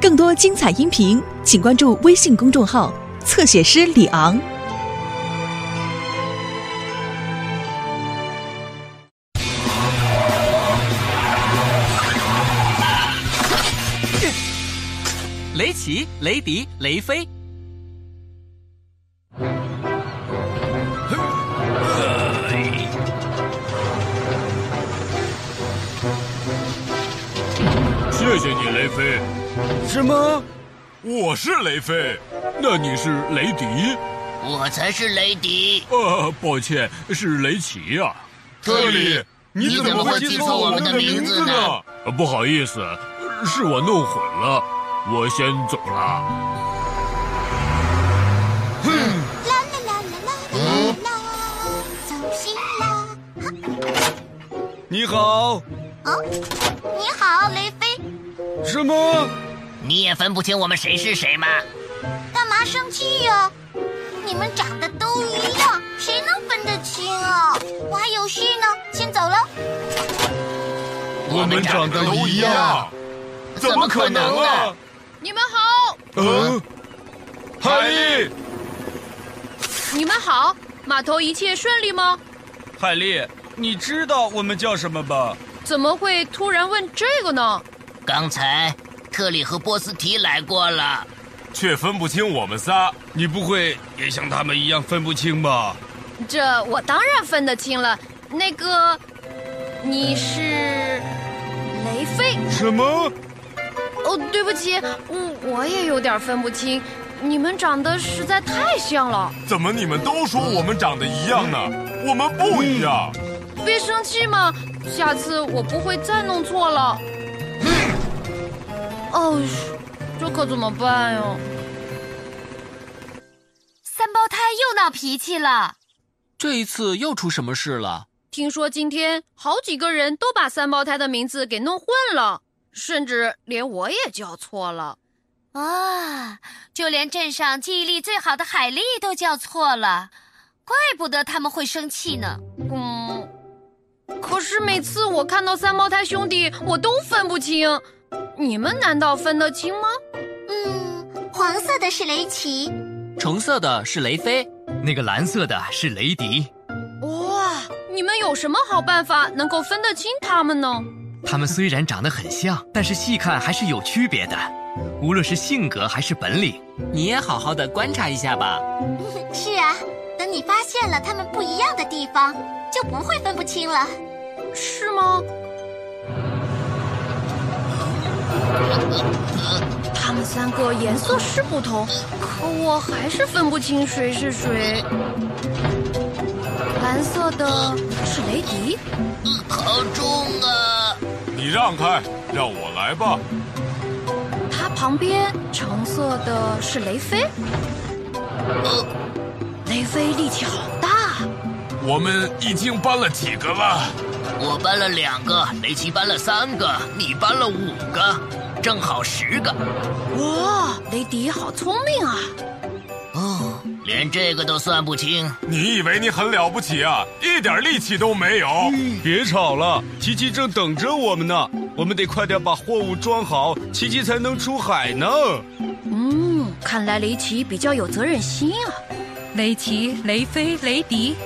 更多精彩音频，请关注微信公众号“侧写师李昂”。雷奇、雷迪、雷飞，谢谢你，雷飞。什么？我是雷飞，那你是雷迪？我才是雷迪。呃，抱歉，是雷奇呀、啊。特里你怎么会记错我们的名字呢呃不好意思，是我弄混了，我先走了。啦啦啦啦啦啦啦啦，走心啦！你好。哦，你好，雷飞，什么？你也分不清我们谁是谁吗？干嘛生气呀、你们长得都一样，谁能分得清啊？我还有事呢，先走了。我们长得都一样，怎么可能啊呢？？你们好，嗯，海丽，你们好，码头一切顺利吗？海丽，你知道我们叫什么吧？怎么会突然问这个呢？刚才特里和波斯提来过了，却分不清我们仨。啊你不会也像他们一样分不清吧？这我当然分得清了。那个，你是雷飞？什么？哦，对不起，嗯，我也有点分不清，你们长得实在太像了。怎么你们都说我们长得一样呢？我们不一样。嗯别生气嘛，下次我不会再弄错了。嗯哦，这可怎么办呀？三胞胎又闹脾气了。这一次又出什么事了？听说今天好几个人都把三胞胎的名字给弄混了，甚至连我也叫错了。啊，就连镇上记忆力最好的海丽都叫错了，怪不得他们会生气呢。嗯，可是每次我看到三胞胎兄弟，我都分不清。你们难道分得清吗？嗯，黄色的是雷奇，橙色的是雷飞，那个蓝色的是雷迪，哇，你们有什么好办法能够分得清他们呢？他们虽然长得很像，但是细看还是有区别的，无论是性格还是本领。你也好好的观察一下吧。是啊，等你发现了他们不一样的地方，就不会分不清了。是吗？他们三个颜色是不同，可我还是分不清谁是谁。蓝色的是雷迪，好重啊！你让开，让我来吧。他旁边橙色的是雷飞。呃雷飞力气好大，我们已经搬了几个了？我搬了两个，雷奇搬了三个，你搬了五个，正好十个。哇，雷迪好聪明啊！哦，连这个都算不清，你以为你很了不起啊？一点力气都没有。别吵了，琪琪正等着我们呢，我们得快点把货物装好，琪琪才能出海呢。嗯，看来雷奇比较有责任心啊。雷奇、雷飞、雷迪，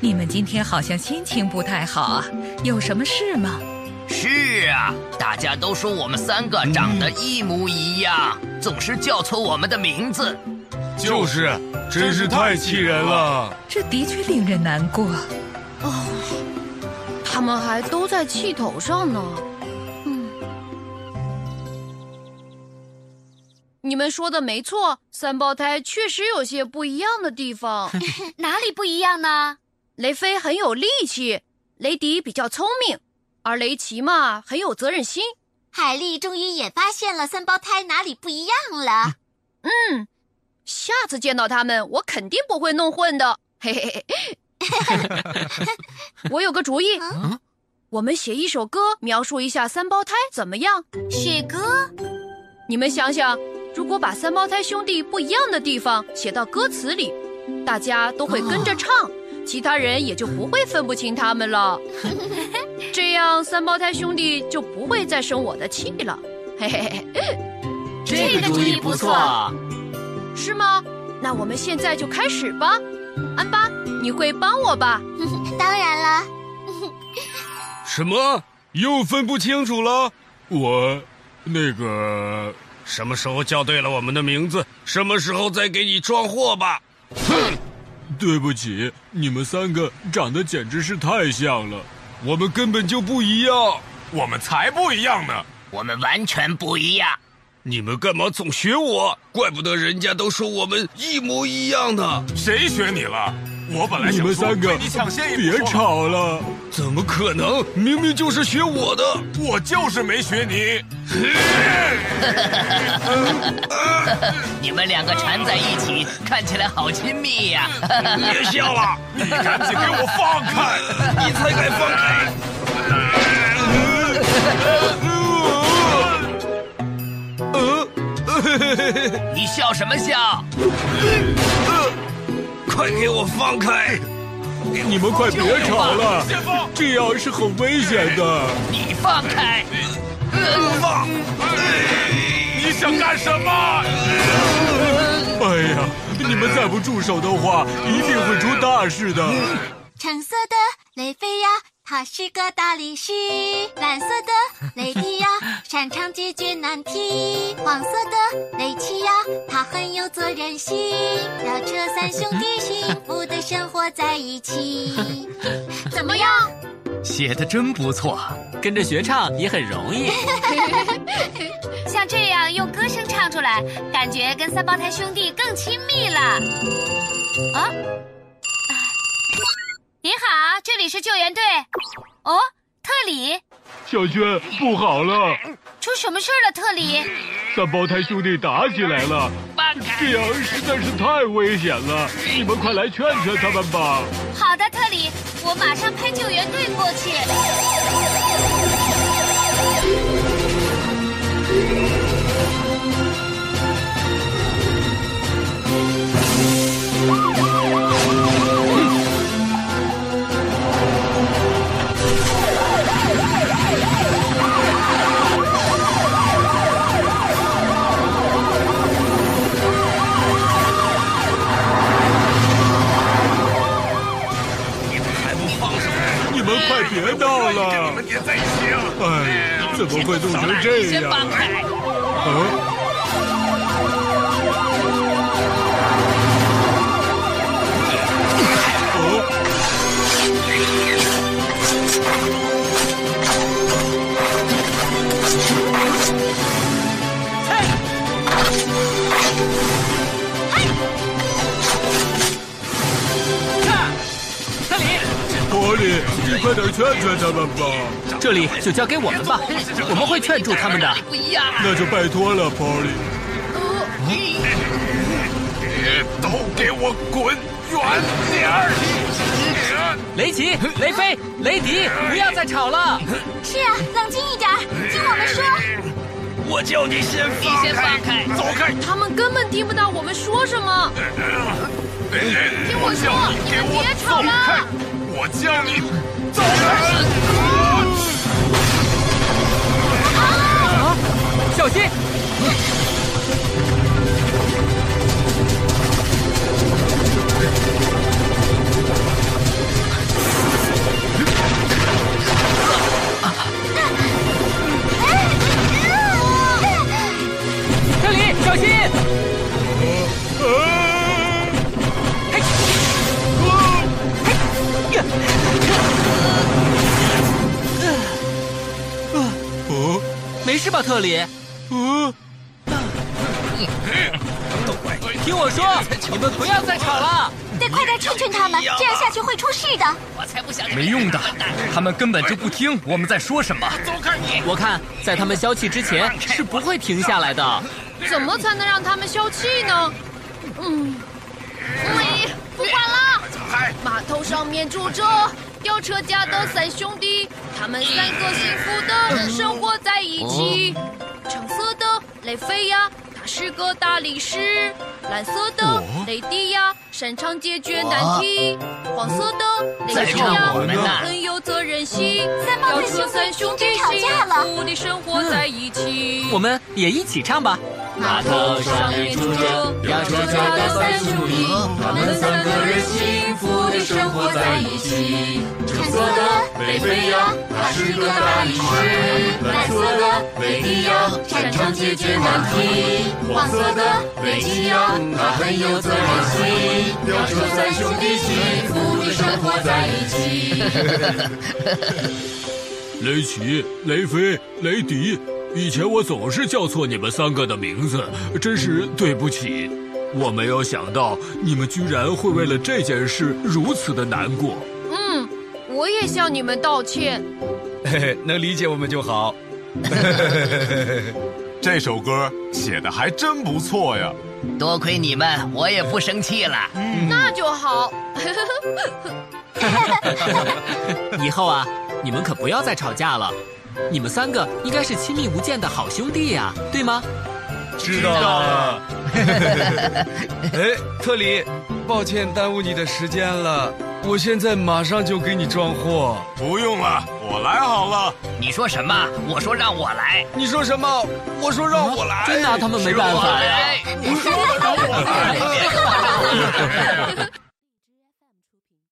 你们今天好像心情不太好啊，有什么事吗？是啊，大家都说我们三个长得一模一样，总是叫错我们的名字。就是，真是太气人了。这的确令人难过。他们还都在气头上呢。嗯，你们说的没错，三胞胎确实有些不一样的地方。哪里不一样呢？雷飞很有力气，雷迪比较聪明，而雷奇嘛很有责任心。海丽终于也发现了三胞胎哪里不一样了。下次见到他们，我肯定不会弄混的。嘿嘿嘿，我有个主意，我们写一首歌，描述一下三胞胎，怎么样？写歌你们想想，如果把三胞胎兄弟不一样的地方写到歌词里，大家都会跟着唱，其他人也就不会分不清他们了。这样三胞胎兄弟就不会再生我的气了。嘿嘿嘿，这个主意不错。啊是吗？那我们现在就开始吧。安巴，你会帮我吧？ 当然了，什么？又分不清楚了？我，那个，什么时候叫对了我们的名字，什么时候再给你装货吧。哼，对不起，你们三个长得简直是太像了，我们根本就不一样。我们才不一样呢，我们完全不一样。你们干嘛总学我？怪不得人家都说我们一模一样呢。谁学你了？我本来你们三个你抢先一别吵了，怎么可能？明明就是学我的，我就是没学你。你们两个缠在一起，看起来好亲密呀、啊！别 笑了，你赶紧给我放开，你才敢放开！你笑什么笑？快给我放开！你们快别吵了，这样是很危险的。你放开！放！哎你想干什么？哎呀，你们再不住手的话，一定会出大事的。橙色的雷菲呀，他是个大力士；蓝色 的雷迪呀，擅长解决难题；黄色的雷奇呀，他很有责任心。 要这三兄弟幸福的生活在一起， 怎么样？写的真不错，跟着学唱也很容易。像这样用歌声唱出来，感觉跟三胞胎兄弟更亲密了。啊！您好，这里是救援队。哦，特里，小娟，不好了，出什么事了？特里，三胞胎兄弟打起来了，这样实在是太危险了，你们快来劝劝他们吧。好的，特里，我马上派救援队过去。你们快别闹了！跟你们粘在一起了！哎，怎么会弄成这样？先放开！啊！托里，你快点劝劝他们吧。这里就交给我们吧，我们会劝住他们的。 那就拜托了，托里。啊都给我滚远点儿！雷奇、雷飞、雷迪，不要再吵了。是啊，冷静一点，听我们说。我叫你先你先放开，走开！他们根本听不到我们说什么。听我说，你们别吵了。我叫你走开！啊！小心！哦这里，小心！没事吧，特里？嗯。呃听我说，你们不要再吵了。得快点劝劝他哎们，这样下去会出事的。我才不想没用的，他们根本就不听我们在说什么。走开你！我看在他们消气之前是不会停下来的。怎么才能让他们消气呢？嗯，喂，不管了。码头上面住着吊车家的三兄弟，他们三个幸福的生活在一起。橙色的雷菲亚。诗歌大理石，蓝色的雷迪亚，擅长解决难题，黄色的雷迪亚，很有责任心，要车三兄弟幸福地生活在一起。嗯我们也一起唱吧。码头上面住着要车家的三兄弟，他们三个人幸福地生活在一起。橙色的雷菲亚，他是个大力士；蓝色的雷迪亚，擅长解决难题；黄色啊的啊雷迪亚，他很有责任心。要车三兄弟幸福地生活在一起。雷奇、雷菲、雷迪。以前我总是叫错你们三个的名字，真是对不起。我没有想到你们居然会为了这件事如此的难过。嗯，我也向你们道歉。 嘿嘿，能理解我们就好。这首歌写的还真不错呀。多亏你们，我也不生气了。嗯、那就好。 以后啊，你们可不要再吵架了。你们三个应该是亲密无间的好兄弟呀、啊，对吗？知道了。 哎，特里，抱歉耽误你的时间了，我现在马上就给你装货。不用了，我来好了。你说什么？我说让我来。你说什么？我说让我来。哎真拿、啊、他们没办法呀！你说让我来。